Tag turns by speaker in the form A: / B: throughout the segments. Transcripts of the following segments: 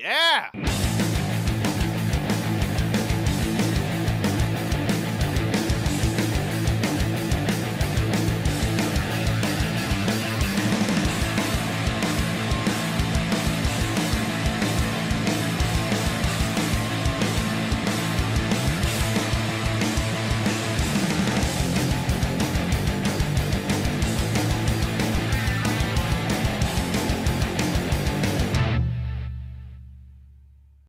A: Yeah.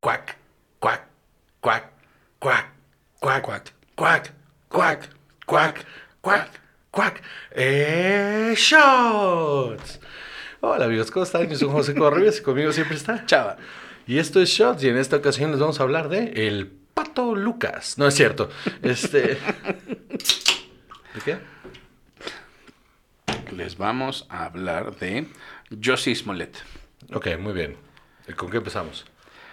B: Cuac, cuac, cuac, cuac, cuac, cuac, cuac, cuac, cuac, cuac, cuac. ¡Eh, shots! Hola amigos, ¿cómo están? Yo soy José Corribes y conmigo siempre está Chava. Y esto es Shots y en esta ocasión les vamos a hablar de el Pato Lucas. No es cierto. Este... ¿De qué?
C: Les vamos a hablar de Josie Smollett,
B: Ok, muy bien. Eh, ¿Con qué empezamos?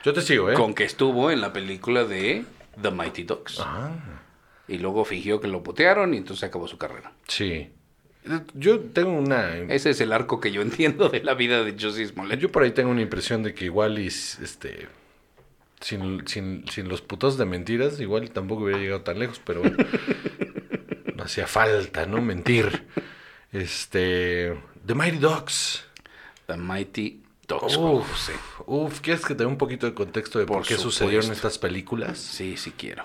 B: Yo te sigo, ¿eh?
C: con que estuvo en la película de The Mighty Ducks.
B: Ah.
C: Y luego fingió que lo putearon y entonces acabó su carrera.
B: Sí. Yo tengo una.
C: Ese es el arco que yo entiendo de la vida de Josie Smollett.
B: Yo por ahí tengo una impresión de que igual y s- este. Sin, sin, sin los putos de mentiras, igual tampoco hubiera llegado tan lejos, pero bueno. no hacía falta, ¿no? Mentir. Este. The Mighty Dogs.
C: The Mighty Ducks. como
B: Uf,
C: sé.
B: uf, ¿quieres que te dé un poquito de contexto de por,
C: Por
B: qué sucedieron
C: supuesto.
B: estas películas?
C: Sí, sí quiero.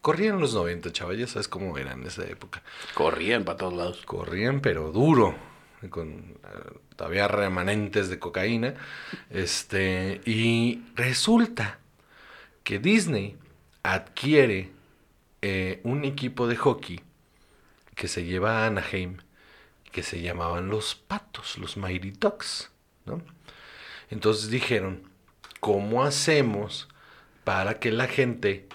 B: Corrían los 90, chaval, ya sabes cómo eran en esa época.
C: Corrían para todos lados.
B: corrían pero duro con eh, todavía remanentes de cocaína este y resulta que Disney adquiere eh, un equipo de hockey que se lleva a Anaheim que se llamaban los patos los Mighty Ducks ¿no? entonces dijeron cómo hacemos para que la gente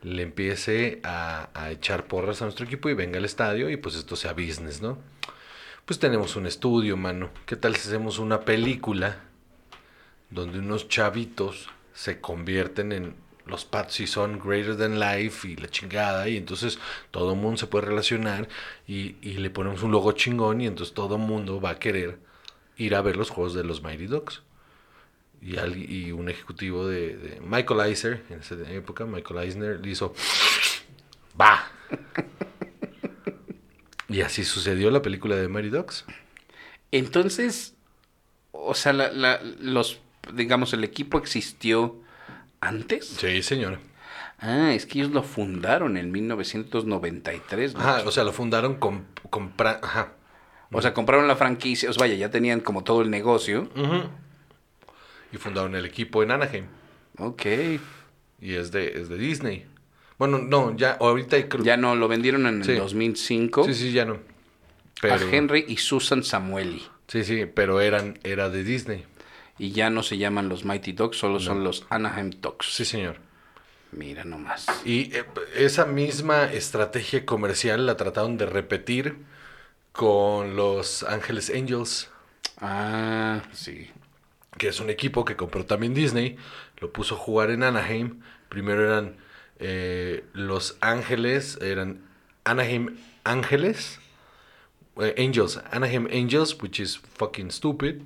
B: le empiece a, a echar porras a nuestro equipo y venga al estadio y pues esto sea business, ¿no? Pues tenemos un estudio, mano. ¿Qué tal si hacemos una película donde unos chavitos se convierten en los patos y son greater than life y la chingada y entonces todo el mundo se puede relacionar y, y le ponemos un logo chingón y entonces todo el mundo va a querer ir a ver los juegos de los Mighty Ducks y, al- y un ejecutivo de, de Michael Eisner, en esa época, Michael Eisner le hizo, va. y así sucedió la película de Mary Dogs.
C: Entonces, o sea, la- la- los, digamos, el equipo existió antes.
B: Sí, señora.
C: Ah, es que ellos lo fundaron en 1993. ¿no?
B: Ajá, o sea, lo fundaron con... compra- ajá.
C: O sea, compraron la franquicia. O sea, vaya, ya tenían como todo el negocio.
B: Ujú. Y fundaron el equipo en Anaheim.
C: Ok.
B: Y es de, es de Disney. Bueno, no, ya ahorita creo...
C: Ya no, lo vendieron en
B: Sí.
C: el 2005
B: Sí, sí, ya no. Pero,
C: a Henry y Susan Samueli.
B: Sí, sí, pero eran, era de Disney.
C: Y ya no se llaman los Mighty Ducks, solo son los Anaheim Ducks.
B: Sí, señor.
C: Mira nomás.
B: Y eh, esa misma estrategia comercial la trataron de repetir con los Ángeles Angels,
C: Ah, sí.
B: que es un equipo que compró también Disney, lo puso a jugar en Anaheim. Primero eran eh, los Ángeles, eran Anaheim Ángeles, eh, Angels, Anaheim Angels, which is fucking stupid.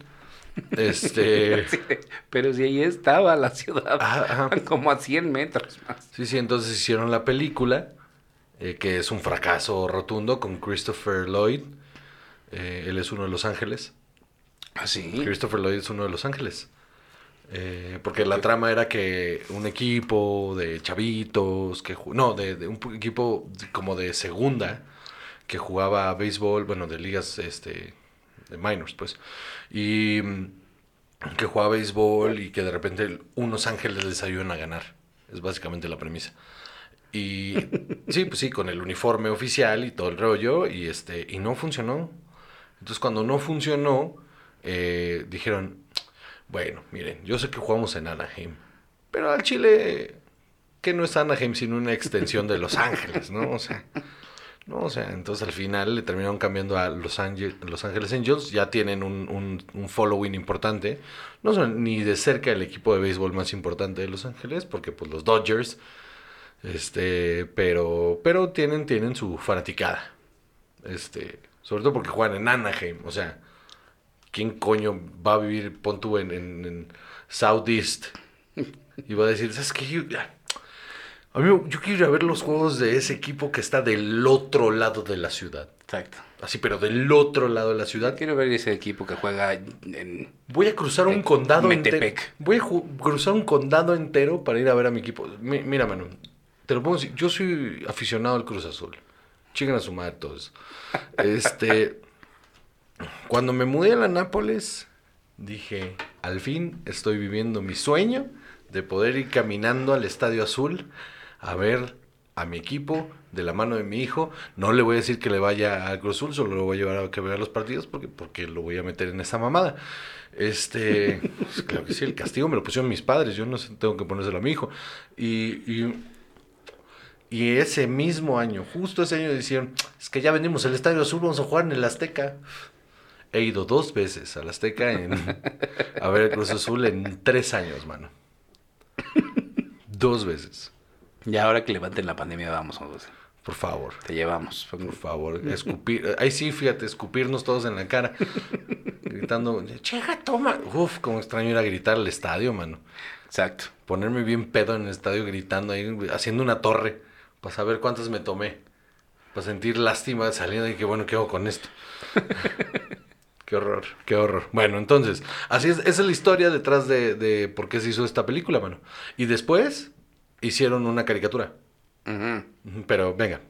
B: Este,
C: Pero si ahí estaba la ciudad,
B: Ajá, ajá.
C: como a 100 metros más.
B: Sí, sí, entonces hicieron la película, eh, que es un fracaso rotundo con Christopher Lloyd. Eh, él es uno de Los Ángeles.
C: Ah, sí.
B: Christopher Lloyd es uno de Los Ángeles. Eh, porque la trama era que un equipo de chavitos, que ju- no, de, de un pu- equipo de- como de segunda, que jugaba a béisbol, bueno, de ligas este, de minors, pues, y mm, que jugaba a béisbol y que de repente el- unos ángeles les ayudan a ganar. Es básicamente la premisa. Y sí, pues sí, con el uniforme oficial y todo el rollo, y este, y no funcionó. Entonces, cuando no funcionó, eh, dijeron, bueno, miren, yo sé que jugamos en Anaheim, pero al Chile, que no es Anaheim, sino una extensión de Los Ángeles, ¿no? O sea, no, o sea, entonces al final le terminaron cambiando a Los, Ángel- Los Ángeles Angels, ya tienen un, un- un following importante, no son ni de cerca el equipo de béisbol más importante de Los Ángeles, porque pues los Dodgers, este, pero, pero tienen, tienen su fanaticada, este, sobre todo porque juegan en Anaheim, o sea, ¿quién coño va a vivir, pon tú, en, en- en- Southeast. Y va a decir, ¿sabes qué? Yo, ya. A mí, yo quiero ir a ver los juegos de ese equipo que está del otro lado de la ciudad.
C: Exacto.
B: Así, pero del otro lado de la ciudad.
C: Quiero ver ese equipo que juega en...
B: Voy a cruzar un
C: Eh,
B: condado entero.
C: Metepec.
B: Voy a ju- cruzar un condado entero para ir a ver a mi equipo. Mi- mira, Manu, te lo pongo así. Yo soy aficionado al Cruz Azul. Chingan a su madre todos. Este. cuando me mudé a la Nápoles, dije: al fin estoy viviendo mi sueño de poder ir caminando al Estadio Azul a ver a mi equipo de la mano de mi hijo. No le voy a decir que le vaya al Cruz Azul, solo lo voy a llevar a que vea los partidos porque, porque lo voy a meter en esa mamada. Este, pues, claro que sí, el castigo me lo pusieron mis padres, yo no sé, tengo que ponérselo a mi hijo. Y, y, y ese mismo año, justo ese año, dijeron, es que ya venimos al Estadio Azul, vamos a jugar en el Azteca. He ido dos veces al Azteca en, a ver el Cruz Azul en tres años, mano. Dos veces.
C: Y ahora que levanten la pandemia, vamos, José.
B: Por favor,
C: Te llevamos.
B: por favor. Escupir, ahí sí, fíjate, escupirnos todos en la cara. Gritando, cheja, toma. Uf, como extraño ir a gritar al estadio, mano.
C: Exacto.
B: ponerme bien pedo en el estadio gritando ahí, haciendo una torre, para saber cuántas me tomé, para sentir lástima saliendo y que bueno, ¿qué hago con esto? qué horror, qué horror. Bueno, entonces, así es, esa es la historia detrás de, de por qué se hizo esta película, mano. Y después hicieron una caricatura,
C: Ujú.
B: Ujú, pero venga,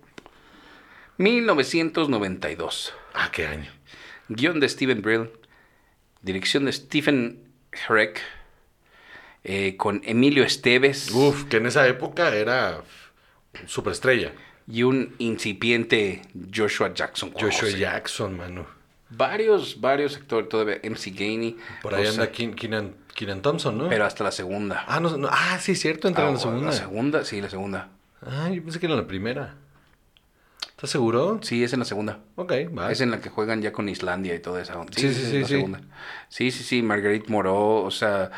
C: 1992.
B: ah, qué año.
C: Guión de Steven Brill. Dirección de Stephen Herrick. eh, con Emilio Esteves.
B: Uf, que en esa época era superestrella.
C: Y un incipiente Joshua Jackson.
B: Joshua
C: José.
B: Jackson, mano.
C: Varios, varios actores todavía. MC Gainey.
B: Por ahí
C: o sea,
B: anda Keen- Keenan, Keenan Thompson, ¿no?
C: Pero hasta la segunda.
B: Ah, no, no, ah, sí, es cierto, entra en la
C: Ah,
B: segunda.
C: La segunda, sí, la segunda.
B: Ah, yo pensé que era la primera. ¿Estás seguro?
C: Sí, es en la segunda.
B: Ok, va.
C: Es en la que juegan ya con Islandia y toda esa onda.
B: Ah. Sí, sí,
C: es
B: sí,
C: la
B: sí.
C: segunda. Sí, sí, sí, Marguerite Moreau, o sea,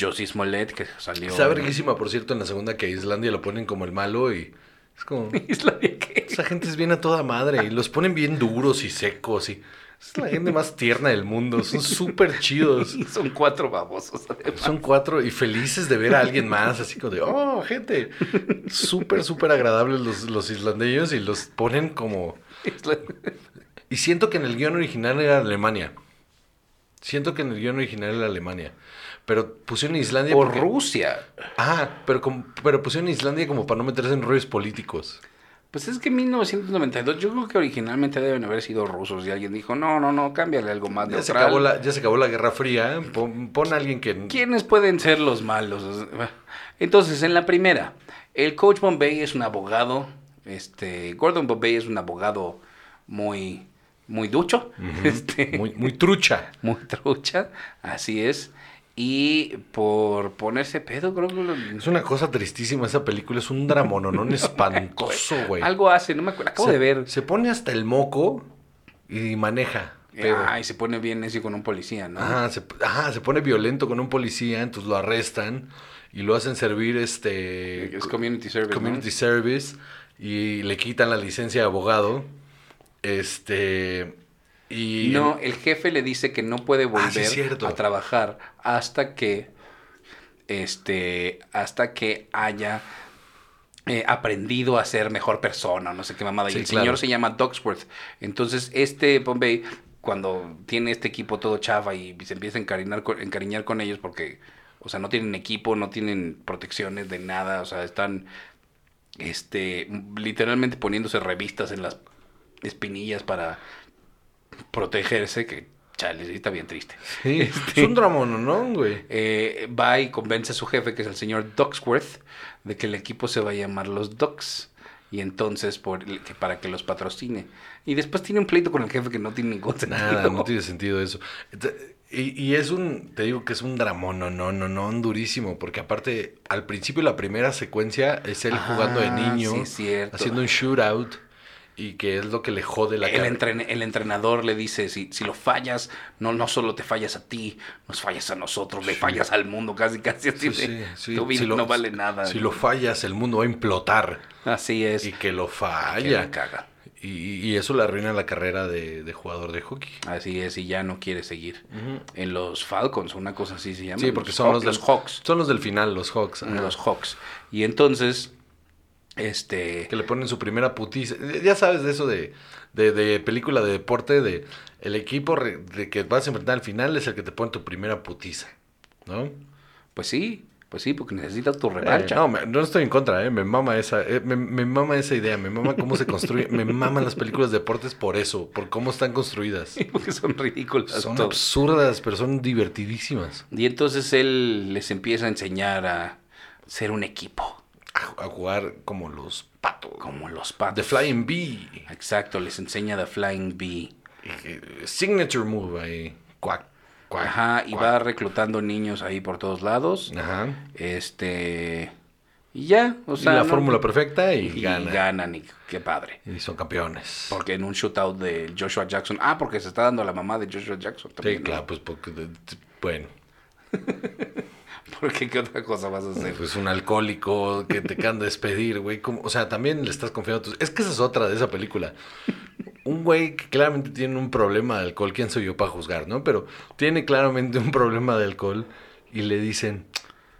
C: Josie Smollett que salió.
B: Está verguísima, por cierto, en la segunda que Islandia lo ponen como el malo y es como...
C: ¿Islandia qué?
B: Esa gente es bien a toda madre y los ponen bien duros y secos y... Es la gente más tierna del mundo, son súper chidos.
C: Son cuatro babosos. además.
B: Son cuatro y felices de ver a alguien más, así como de, oh, gente, súper, súper agradables los, los islandeños y los ponen como...
C: Islandia.
B: Y siento que en el guión original era Alemania. Siento que en el guión original era Alemania. Pero pusieron Islandia...
C: O
B: porque-
C: Rusia.
B: Ah, pero, como- pero pusieron Islandia como para no meterse en rollos políticos.
C: Pues es que 1992, yo creo que originalmente deben haber sido rusos y alguien dijo, no, no, no, cámbiale algo más
B: Ya se,
C: neutral.
B: acabó la, ya se acabó la Guerra Fría. Pon, pon a alguien que...
C: ¿Quiénes pueden ser los malos? Entonces, en la primera, el coach Bombay es un abogado, este, Gordon Bombay es un abogado muy, muy ducho, este, muy,
B: Muy, muy trucha.
C: trucha, así es, y por ponerse pedo, creo que lo-
B: Es una cosa tristísima esa película. Es un dramononón espantoso, güey.
C: algo hace, no me acuerdo, acabo
B: se,
C: de ver.
B: Se pone hasta el moco y maneja. pedo.
C: Ay, Ah, se pone bien necio con un policía, ¿no?
B: Ajá, se, ajá, se pone violento con un policía, entonces lo arrestan y lo hacen servir este...
C: es community service. ¿no?
B: Community Service y le quitan la licencia de abogado. Este. Y.
C: No, el jefe le dice que no puede
B: Ah, sí,
C: volver
B: es cierto.
C: a trabajar hasta que este hasta que haya eh, aprendido a ser mejor persona, no sé qué mamada.
B: Sí,
C: y el
B: claro.
C: señor se llama Doxworth. Entonces, este Bombay, cuando tiene este equipo todo chafa y se empieza a encariñar con, encariñar con ellos porque, o sea, no tienen equipo, no tienen protecciones de nada, o sea, están este, literalmente poniéndose revistas en las espinillas para protegerse, que chale, sí está bien triste.
B: Sí,
C: este
B: Es un dramón, ¿no, güey?
C: Eh, va y convence a su jefe, que es el señor Ducksworth, de que el equipo se va a llamar los Ducks. Y entonces, por, que para que los patrocine. Y después tiene un pleito con el jefe que no tiene ningún sentido.
B: Nada, no tiene sentido eso. Ent- Y, y es un, te digo que es un dramón, no, no, no, no, durísimo, porque aparte, al principio la primera secuencia es él jugando de
C: Ah,
B: niño,
C: sí, es cierto.
B: haciendo un shootout, y que es lo que le jode la
C: el,
B: cara.
C: entren- el entrenador le dice, si, si lo fallas, no, no solo te fallas a ti, nos fallas a nosotros, le fallas al mundo, casi, casi así.
B: Sí,
C: de,
B: Pues sí, sí.
C: Tu vida
B: Si lo-
C: no vale nada.
B: Si lo fallas, el mundo va a implotar.
C: Así es.
B: Y que lo
C: Que
B: falla.
C: me caga.
B: Y, Y, y eso le arruina la carrera de, de jugador de hockey.
C: Así es, y ya no quiere seguir. En los Falcons, una cosa así se llama.
B: Sí, porque son los,
C: Hawks,
B: del-
C: Hawks.
B: Son los del final, los Hawks. ajá.
C: Los Hawks. Y entonces, este...
B: Que le ponen su primera putiza. Ya sabes de eso de, de, de película de deporte, de el equipo re- de que vas a enfrentar al final es el que te pone tu primera putiza. ¿No?
C: Pues sí, pues sí, porque necesitas tu
B: Eh,
C: revancha.
B: no, me- no estoy en contra, ¿eh? Me mama esa, eh, me, me mama esa idea, me mama cómo se construye, me maman las películas de deportes por eso, por cómo están construidas.
C: porque son ridículas.
B: Son
C: todas.
B: absurdas, pero son divertidísimas.
C: Y entonces él les empieza a enseñar a ser un equipo,
B: A, a jugar como los patos.
C: como los patos.
B: The Flying Bee.
C: Exacto, les enseña The Flying Bee.
B: Eh, Signature move ahí. Cuac, cuac,
C: Ajá, y va
B: cuac.
C: reclutando niños ahí por todos lados.
B: Ajá.
C: Este. Y ya, o
B: Y
C: sea.
B: la
C: ¿no?
B: fórmula perfecta y,
C: Y
B: gana.
C: ganan, y qué padre.
B: Y son campeones.
C: Porque en un shootout de Joshua Jackson. Ah, porque se está dando la mamá de Joshua Jackson también.
B: Sí,
C: ¿no?
B: claro, pues porque. de- t- Bueno,
C: Porque qué otra cosa vas a hacer.
B: pues un alcohólico que te can despedir, güey. como- O sea, también le estás confiando. a tus- Es que esa es otra de esa película. Un güey que claramente tiene un problema de alcohol. ¿Quién soy yo para juzgar, no? Pero tiene claramente un problema de alcohol y le dicen: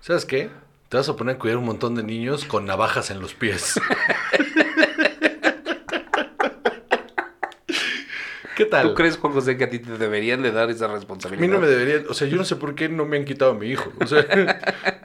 B: ¿Sabes qué? Te vas a poner a cuidar un montón de niños con navajas en los pies. ¿Qué tal?
C: ¿Tú crees, Juan José, que a ti te deberían de dar esa
B: A
C: responsabilidad?
B: mí no me debería, o sea, yo no sé por qué no me han quitado a mi hijo. O sea,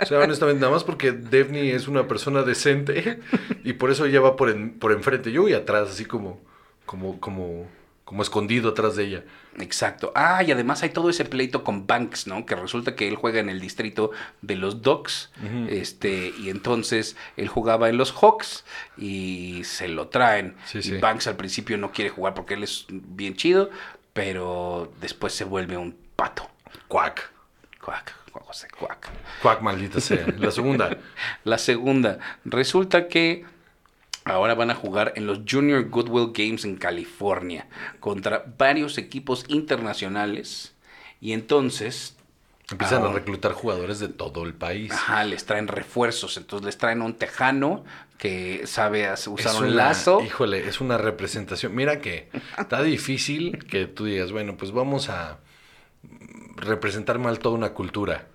B: o sea, honestamente, nada más porque Devni es una persona decente y por eso ella va por, en- por enfrente. Yo voy atrás, así como, como, como, como escondido atrás de ella.
C: Exacto. Ah, y además hay todo ese pleito con Banks, ¿no? Que resulta que él juega en el distrito de los Ducks. Este, y entonces él jugaba en los Hawks y se lo traen.
B: Sí,
C: y
B: sí.
C: Banks al principio no quiere jugar porque él es bien chido, pero después se vuelve un pato.
B: Cuac.
C: Cuac, Juan José, cuac.
B: Cuac, maldita sea. La segunda.
C: La segunda, resulta que ahora van a jugar en los Junior Goodwill Games en California contra varios equipos internacionales y entonces
B: Empiezan
C: Ah.
B: a reclutar jugadores de todo el país.
C: ajá, les traen refuerzos, entonces les traen un tejano que sabe hacer- usar
B: Es
C: un
B: una-
C: lazo.
B: Híjole, es una representación. Mira que está difícil que tú digas, bueno, pues vamos a representar mal toda una cultura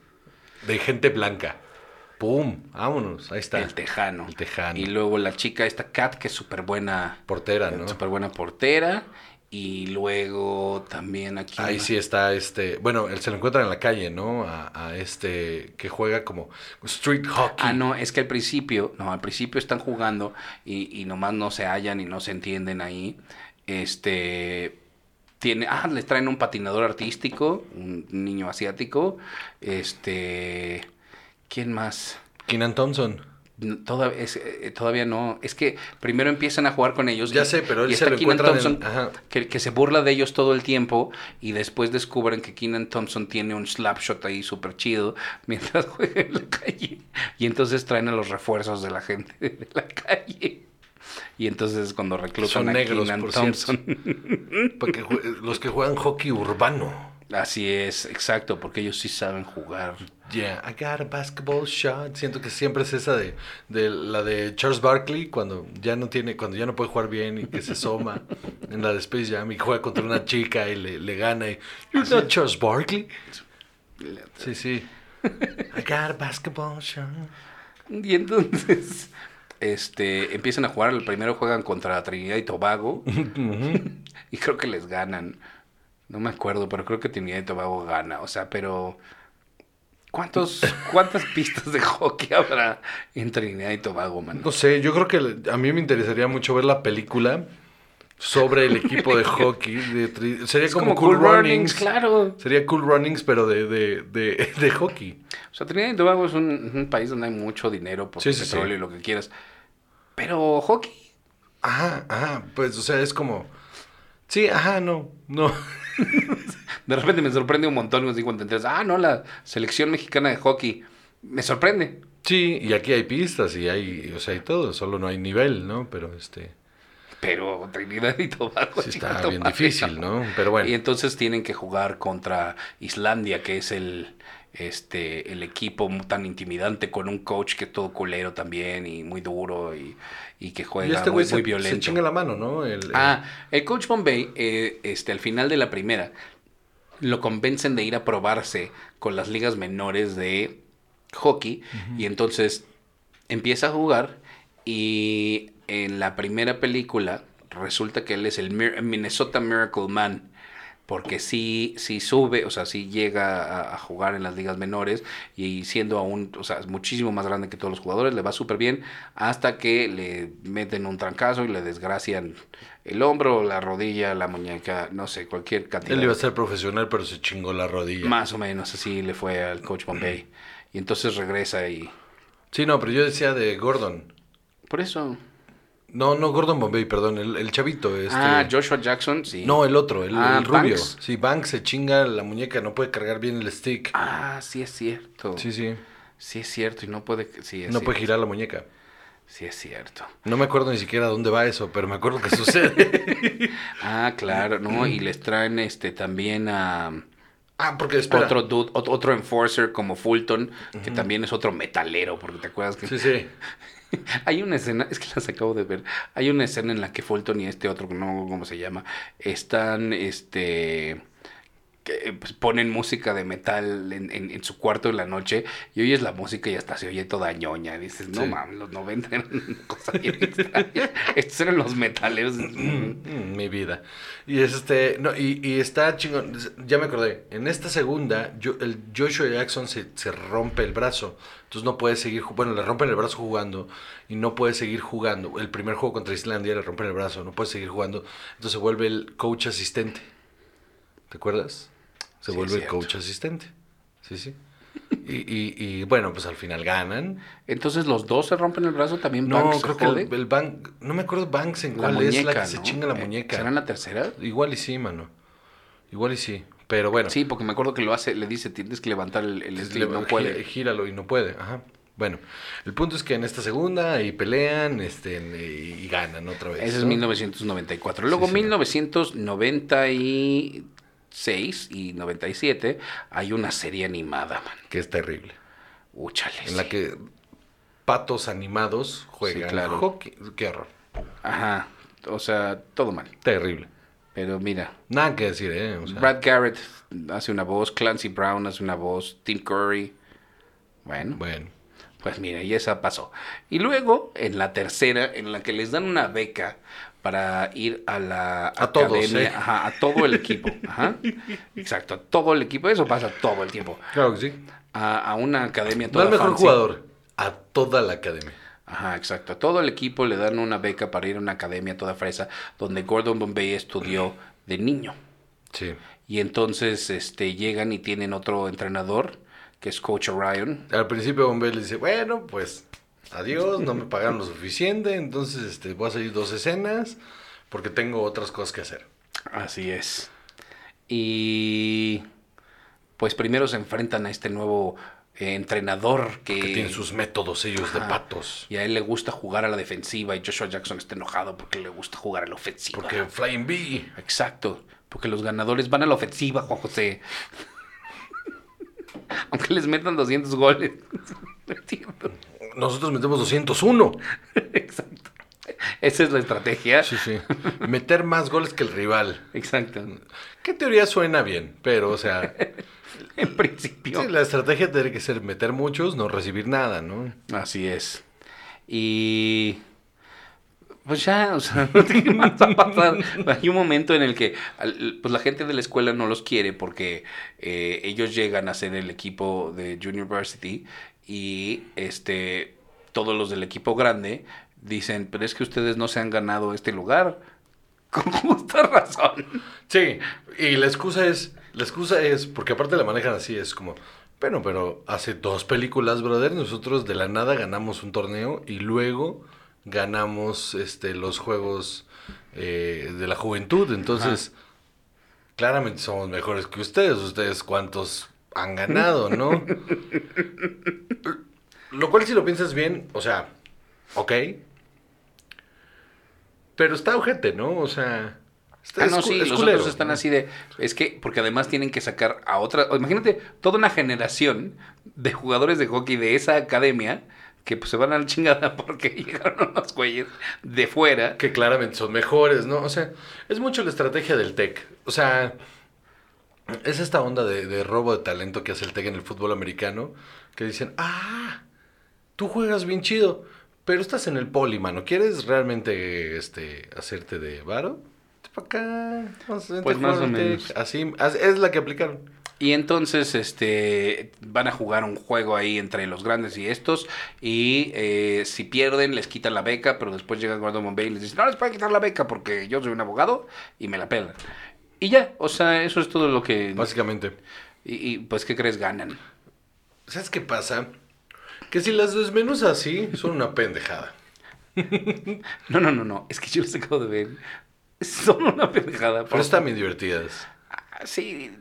B: de gente blanca. ¡Pum! Vámonos, ahí está.
C: El tejano.
B: El tejano.
C: Y luego la chica, esta Kat, que es súper buena,
B: Portera, ¿no?
C: súper buena portera. Y luego también aquí.
B: Ahí sí está este. Bueno, él se lo encuentra en la calle, ¿no? A, a este que juega como street hockey.
C: Ah, no, es que al principio, no, al principio están jugando y, y nomás no se hallan y no se entienden ahí. Este tiene, ah, les traen un patinador artístico, un niño asiático. Este, ¿quién más?
B: Keenan Thompson.
C: No, toda- es- eh, todavía no. Es que primero empiezan a jugar con ellos.
B: Ya
C: y-
B: sé, pero él
C: y
B: se
C: está
B: lo
C: Keenan
B: encuentra en-
C: Thompson,
B: ajá.
C: que, que se burla de ellos todo el tiempo y después descubren que Keenan Thompson tiene un slap shot ahí súper chido mientras juega en la calle. Y entonces traen a los refuerzos de la gente de la calle. Y entonces es cuando reclutan
B: Son
C: a
B: negros,
C: Keenan
B: por
C: Thompson.
B: Porque jue- los que juegan hockey urbano.
C: Así es, exacto, porque ellos sí saben jugar.
B: Yeah, I got a basketball shot. Siento que siempre es esa de, de la de Charles Barkley cuando ya no tiene, cuando ya no puede jugar bien y que se asoma en la de Space Jam y juega contra una chica y le, le gana y You're not Charles Barkley. Sí, sí. I got a basketball shot.
C: Y entonces, este, empiezan a jugar. El primero juegan contra Trinidad y Tobago. y creo que les ganan. No me acuerdo, pero creo que Trinidad y Tobago gana. O sea, pero. ¿Cuántos, ¿Cuántas pistas de hockey habrá en Trinidad y Tobago, man?
B: No sé, yo creo que le- a mí me interesaría mucho ver la película sobre el equipo de hockey. de tri- sería
C: Es
B: como, Cool, Runnings.
C: claro.
B: Sería Cool Runnings, pero de, de, de, de hockey.
C: O sea, Trinidad y Tobago es un, un país donde hay mucho dinero por
B: Sí, sí,
C: petróleo
B: sí.
C: y lo que quieras. Pero hockey.
B: Ajá, ajá, pues, o sea, es como. Sí, ajá, no, no.
C: De repente me sorprende un montón cuando cuando enteras, ah, no, la selección mexicana de hockey. Me sorprende.
B: Sí, y aquí hay pistas y hay, o sea, hay todo, solo no hay nivel, ¿no? Pero este,
C: Pero Trinidad y Tobago
B: sí
C: chica,
B: está
C: no
B: bien
C: mames,
B: difícil,
C: no.
B: ¿no? Pero
C: Y
B: bueno,
C: entonces tienen que jugar contra Islandia, que es el, este, el equipo mu- tan intimidante con un coach que es todo culero también y muy duro y, y que
B: Y
C: juega
B: este
C: pues, muy, muy
B: güey se,
C: violento.
B: se chinga la mano, ¿no? El- el-
C: Ah, el coach Bombay, eh, este, al final de la primera, lo convencen de ir a probarse con las ligas menores de hockey y entonces empieza a jugar y en la primera película resulta que él es el Mir- Minnesota Miracle Man. Porque sí, sí sube, o sea, sí llega a, a jugar en las ligas menores y siendo aún, o sea, es muchísimo más grande que todos los jugadores, le va súper bien hasta que le meten un trancazo y le desgracian el hombro, la rodilla, la muñeca, no sé, cualquier cantidad.
B: él iba a ser profesional, pero se chingó la rodilla.
C: Más o menos así le fue al coach Bombay. Y entonces regresa y...
B: Sí, no, pero yo decía de Gordon.
C: Por eso...
B: No, no, Gordon Bombay, perdón, el, el chavito. Este...
C: Ah, Joshua Jackson, sí.
B: No, el otro, el,
C: Ah,
B: el rubio.
C: Banks.
B: Sí, Banks se chinga la muñeca, no puede cargar bien el stick.
C: Ah, sí es cierto.
B: Sí,
C: Sí,
B: sí.
C: es cierto. Y no puede... Sí es
B: No
C: cierto.
B: puede girar la muñeca.
C: Sí es cierto.
B: No me acuerdo ni siquiera dónde va eso, pero me acuerdo que sucede.
C: Ah, claro, ¿no? Y les traen este también a...
B: ah, porque espera.
C: Otro dude, ot- otro enforcer como Fulton, que también es otro metalero, porque te acuerdas que
B: Sí, sí.
C: hay una escena, es que las acabo de ver, hay una escena en la que Fulton y este otro, no sé cómo se llama, están, este, que, pues, ponen música de metal en, en- en su cuarto en la noche y oyes la música y hasta se oye toda ñoña. Dices, no
B: Sí.
C: mames, los 90 eran una cosa bien extraña. Estos eran los metaleros.
B: Mm, Mi vida. Y este, no, y, y está chingón. Ya me acordé. En esta segunda, yo, el Joshua Jackson se, se rompe el brazo. Entonces no puede seguir. ju- Bueno, le rompen el brazo jugando. Y no puede seguir jugando. El primer juego contra Islandia le rompen el brazo. No puede seguir jugando. Entonces se vuelve el coach asistente. ¿Te acuerdas? Se
C: Sí,
B: vuelve el
C: cierto.
B: coach asistente. Sí, sí. Y, y, y, bueno, pues al final ganan.
C: Entonces los dos se rompen el brazo también.
B: No,
C: Banks se
B: creo que
C: jode?
B: el, el Bank. No me acuerdo Banks en cuál es la que se
C: ¿no?
B: chinga la
C: Eh,
B: muñeca.
C: ¿Será en la tercera?
B: Igual y sí, mano. Igual y sí. Pero bueno.
C: Sí, porque me acuerdo que lo hace, le dice, tienes que levantar el, el
B: es-
C: stick", no
B: gi-
C: puede.
B: Gíralo y no puede. Ajá. Bueno, el punto es que en esta segunda y pelean este, en- y, y ganan otra vez.
C: Ese es
B: ¿no?
C: 1994. Luego,
B: Sí, señor.
C: 1996 y 97, hay una serie animada, man.
B: Que es terrible.
C: Úchale.
B: En la
C: sí.
B: que patos animados juegan
C: claro.
B: hockey. Qué horror.
C: Ajá. O sea, todo mal.
B: Terrible.
C: Pero mira,
B: Nada que decir, ¿eh? O sea,
C: Brad Garrett hace una voz, Clancy Brown hace una voz, Tim Curry. Bueno,
B: Bueno.
C: pues mira, y esa pasó. Y luego, en la tercera, en la que les dan una beca para ir a la
B: A todos, ¿eh?
C: ajá, a todo el equipo. Ajá. Exacto, a todo el equipo. Eso pasa todo el tiempo.
B: Claro que sí.
C: a, a una academia
B: No
C: toda
B: al mejor
C: fancy.
B: jugador. A toda la academia.
C: Ajá, exacto. A todo el equipo le dan una beca para ir a una academia toda fresa donde Gordon Bombay estudió de niño.
B: Sí.
C: Y entonces este, llegan y tienen otro entrenador que es Coach Orion.
B: Al principio Bombay le dice, bueno, pues adiós, no me pagaron lo suficiente, entonces este, voy a salir dos escenas porque tengo otras cosas que hacer.
C: Así es. Y pues primero se enfrentan a este nuevo eh, entrenador que,
B: Que tienen sus métodos ellos de
C: Ajá.
B: patos.
C: y a él le gusta jugar a la defensiva y Joshua Jackson está enojado porque le gusta jugar a la ofensiva.
B: Porque Flying Bee.
C: Exacto, porque los ganadores van a la ofensiva, Juan José. Aunque les metan 200 goles. No entiendo.
B: Nosotros metemos 201.
C: Exacto. Esa es la estrategia.
B: Sí, sí. Meter más goles que el rival.
C: Exacto.
B: ¿Qué teoría suena bien? Pero, o sea,
C: En principio.
B: sí, la estrategia tiene que ser meter muchos, no recibir nada, ¿no?
C: Así es. Y. Pues ya, o sea, no tiene más a pasar. Hay un momento en el que al- pues la gente de la escuela no los quiere porque eh, ellos llegan a ser el equipo de Junior Varsity y este todos los del equipo grande dicen, pero es que ustedes no se han ganado este lugar. Con justa razón.
B: Sí, y la excusa es, la excusa es, porque aparte la manejan así, es como, bueno, pero hace dos películas, brother, nosotros de la nada ganamos un torneo y luego ganamos este los juegos eh, de la juventud, entonces claramente somos mejores que ustedes, ustedes cuántos han ganado, ¿no? Lo cual si lo piensas bien, o sea, ok, pero está ojete, ¿no? O sea... Está-
C: Ah,
B: es
C: no,
B: cu-
C: sí,
B: es
C: los
B: culero.
C: otros están así de. Es que, porque además tienen que sacar a otra. o Imagínate toda una generación de jugadores de hockey de esa academia que pues, se van a la chingada porque llegaron unos güeyes de fuera.
B: Que claramente son mejores, ¿no? O sea, es mucho la estrategia del TEC. O sea, es esta onda de, de robo de talento que hace el TEC en el fútbol americano, que dicen, ah, tú juegas bien chido, pero estás en el poli, mano. ¿Quieres realmente este, hacerte de varo? Para acá, vamos a
C: Pues
B: jugar
C: más o
B: al Tec".
C: menos.
B: Así, as- es la que aplicaron.
C: Y entonces este van a jugar un juego ahí entre los grandes y estos. Y eh, si pierden, les quitan la beca. Pero después llega Gordon Bombay y les dice: No les pueden quitar la beca porque yo soy un abogado y me la pelan. Y ya, o sea, eso es todo lo que.
B: Pues Básicamente.
C: Y, y, pues, ¿qué crees? Ganan.
B: ¿Sabes qué pasa? Que si las desmenuzas así, son una pendejada.
C: No, no, no, no. Es que yo los acabo de ver. Son una pendejada.
B: Pero están bien divertidas.
C: Ah, Sí.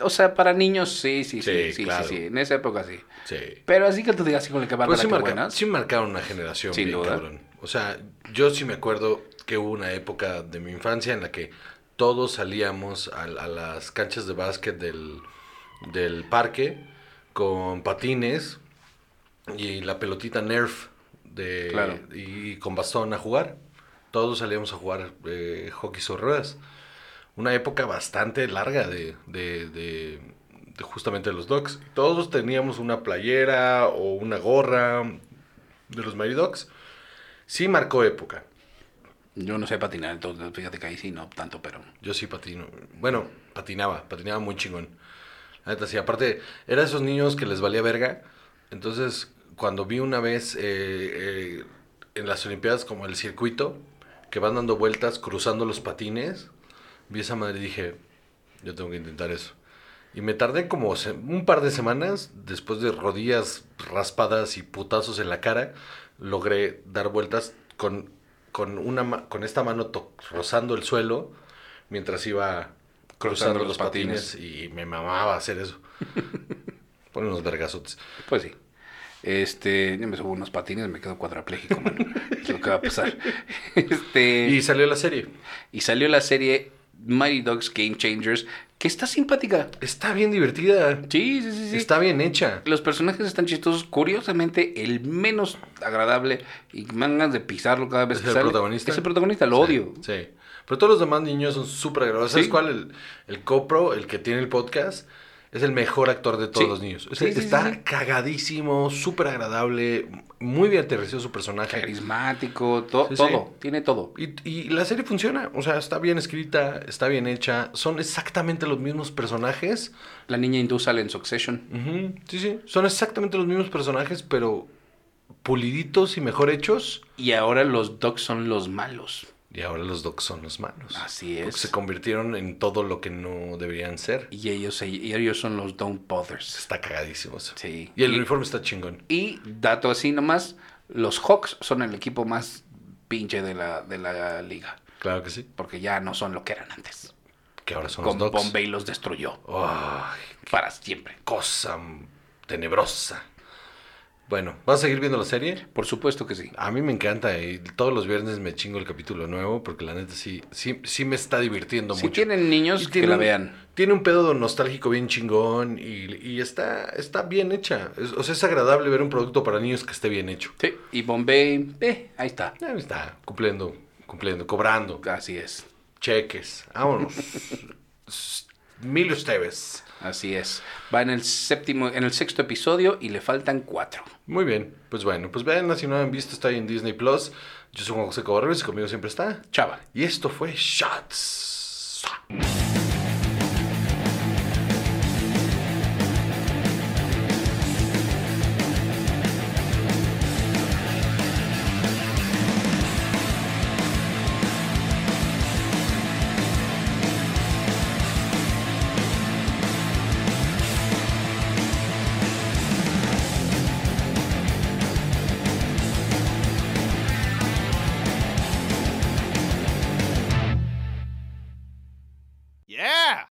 C: O sea, para niños, sí, sí, sí. Sí,
B: Sí,
C: sí,
B: claro.
C: sí, En esa época sí.
B: Sí.
C: Pero así que tú digas así con el que va
B: Pero Pues sí,
C: que
B: marca-
C: buenas.
B: sí marcaron una generación,
C: Sin
B: bien
C: duda.
B: cabrón. O sea, yo sí me acuerdo que hubo una época de mi infancia en la que todos salíamos a, a las canchas de básquet del, del parque con patines y la pelotita Nerf de,
C: Claro.
B: y con bastón a jugar. Todos salíamos a jugar eh, hockey sobre ruedas. Una época bastante larga de, de, de- de justamente los Ducks. Todos teníamos una playera o una gorra de los Mary Ducks. Sí marcó época.
C: Yo no sé patinar, entonces fíjate que ahí sí, no tanto, pero.
B: Yo sí patino. Bueno, patinaba, patinaba muy chingón. La neta, sí. Aparte, era esos niños que les valía verga. Entonces, cuando vi una vez eh, eh, en las Olimpiadas como el circuito, que van dando vueltas, cruzando los patines, vi esa madre y dije, yo tengo que intentar eso. Y me tardé como se- un par de semanas, después de rodillas raspadas y putazos en la cara, logré dar vueltas con, con, una, ma- con esta mano to- rozando el suelo mientras iba cruzando,
C: Cruzando
B: los,
C: los
B: patines. y me mamaba hacer eso. Pon unos vergazotes.
C: Pues sí. Este, yo me subo unos patines, me quedo cuadrapléjico, mano. es lo que va a pasar. Este.
B: Y salió la serie.
C: y salió la serie Mighty Dogs Game Changers, que está simpática.
B: Está bien divertida.
C: Sí, sí, sí, sí.
B: Está bien hecha.
C: Los personajes están chistosos. Curiosamente, el menos agradable y mangas de pisarlo cada vez
B: ¿Es
C: que
B: el
C: sale.
B: protagonista?
C: Es el protagonista, lo odio.
B: Sí, sí. Pero todos los demás niños son súper agradables. ¿Sabes
C: Sí.
B: cuál? El, el Copro, el que tiene el podcast, es el mejor actor de todos
C: Sí.
B: los niños. O sea,
C: Sí, sí, sí,
B: está
C: sí.
B: cagadísimo, súper agradable, muy bien aterrizado su personaje.
C: Carismático, to-
B: Sí, sí.
C: todo. Tiene todo.
B: Y, y la serie funciona, o sea, está bien escrita, está bien hecha, son exactamente los mismos personajes.
C: La niña hindú sale en Succession.
B: Ujú, Sí, sí, son exactamente los mismos personajes, pero puliditos y mejor hechos.
C: Y ahora los dogs son los malos.
B: Y ahora los docs son los malos.
C: Así
B: Porque
C: es.
B: se convirtieron en todo lo que no deberían ser.
C: Y ellos, se- y ellos son los Don't Bothers.
B: Está cagadísimo eso.
C: Sí.
B: Y el uniforme está chingón.
C: Y dato así nomás, los Hawks son el equipo más pinche de la, de la liga.
B: Claro que sí.
C: Porque ya no son lo que eran antes.
B: Que ahora son
C: Con
B: los dogs.
C: Bombay los destruyó.
B: Ay,
C: Para siempre.
B: cosa tenebrosa. Bueno, ¿vas a seguir viendo la serie?
C: Por supuesto que sí.
B: A mí me encanta y todos los viernes me chingo el capítulo nuevo porque la neta sí, sí, sí me está divirtiendo
C: Si
B: mucho.
C: tienen
B: Y
C: niños, que
B: tiene
C: la
B: un-
C: vean.
B: Tiene un pedo nostálgico bien chingón y, y está, está bien hecha. Es- o sea, es agradable ver un producto para niños que esté bien hecho.
C: Sí. Y Bombay, eh, ahí está.
B: Ya está cumpliendo, cumpliendo, cobrando.
C: Así es.
B: Cheques. Vámonos. S- Mil ustedes.
C: Así es. Va en el séptimo, en el sexto episodio y le faltan cuatro.
B: Muy bien. Pues bueno, pues vean, si no han visto, está ahí en Disney Plus. Yo soy Juan José Cobarrubias y conmigo siempre está.
C: Chava.
B: Y esto fue Shots.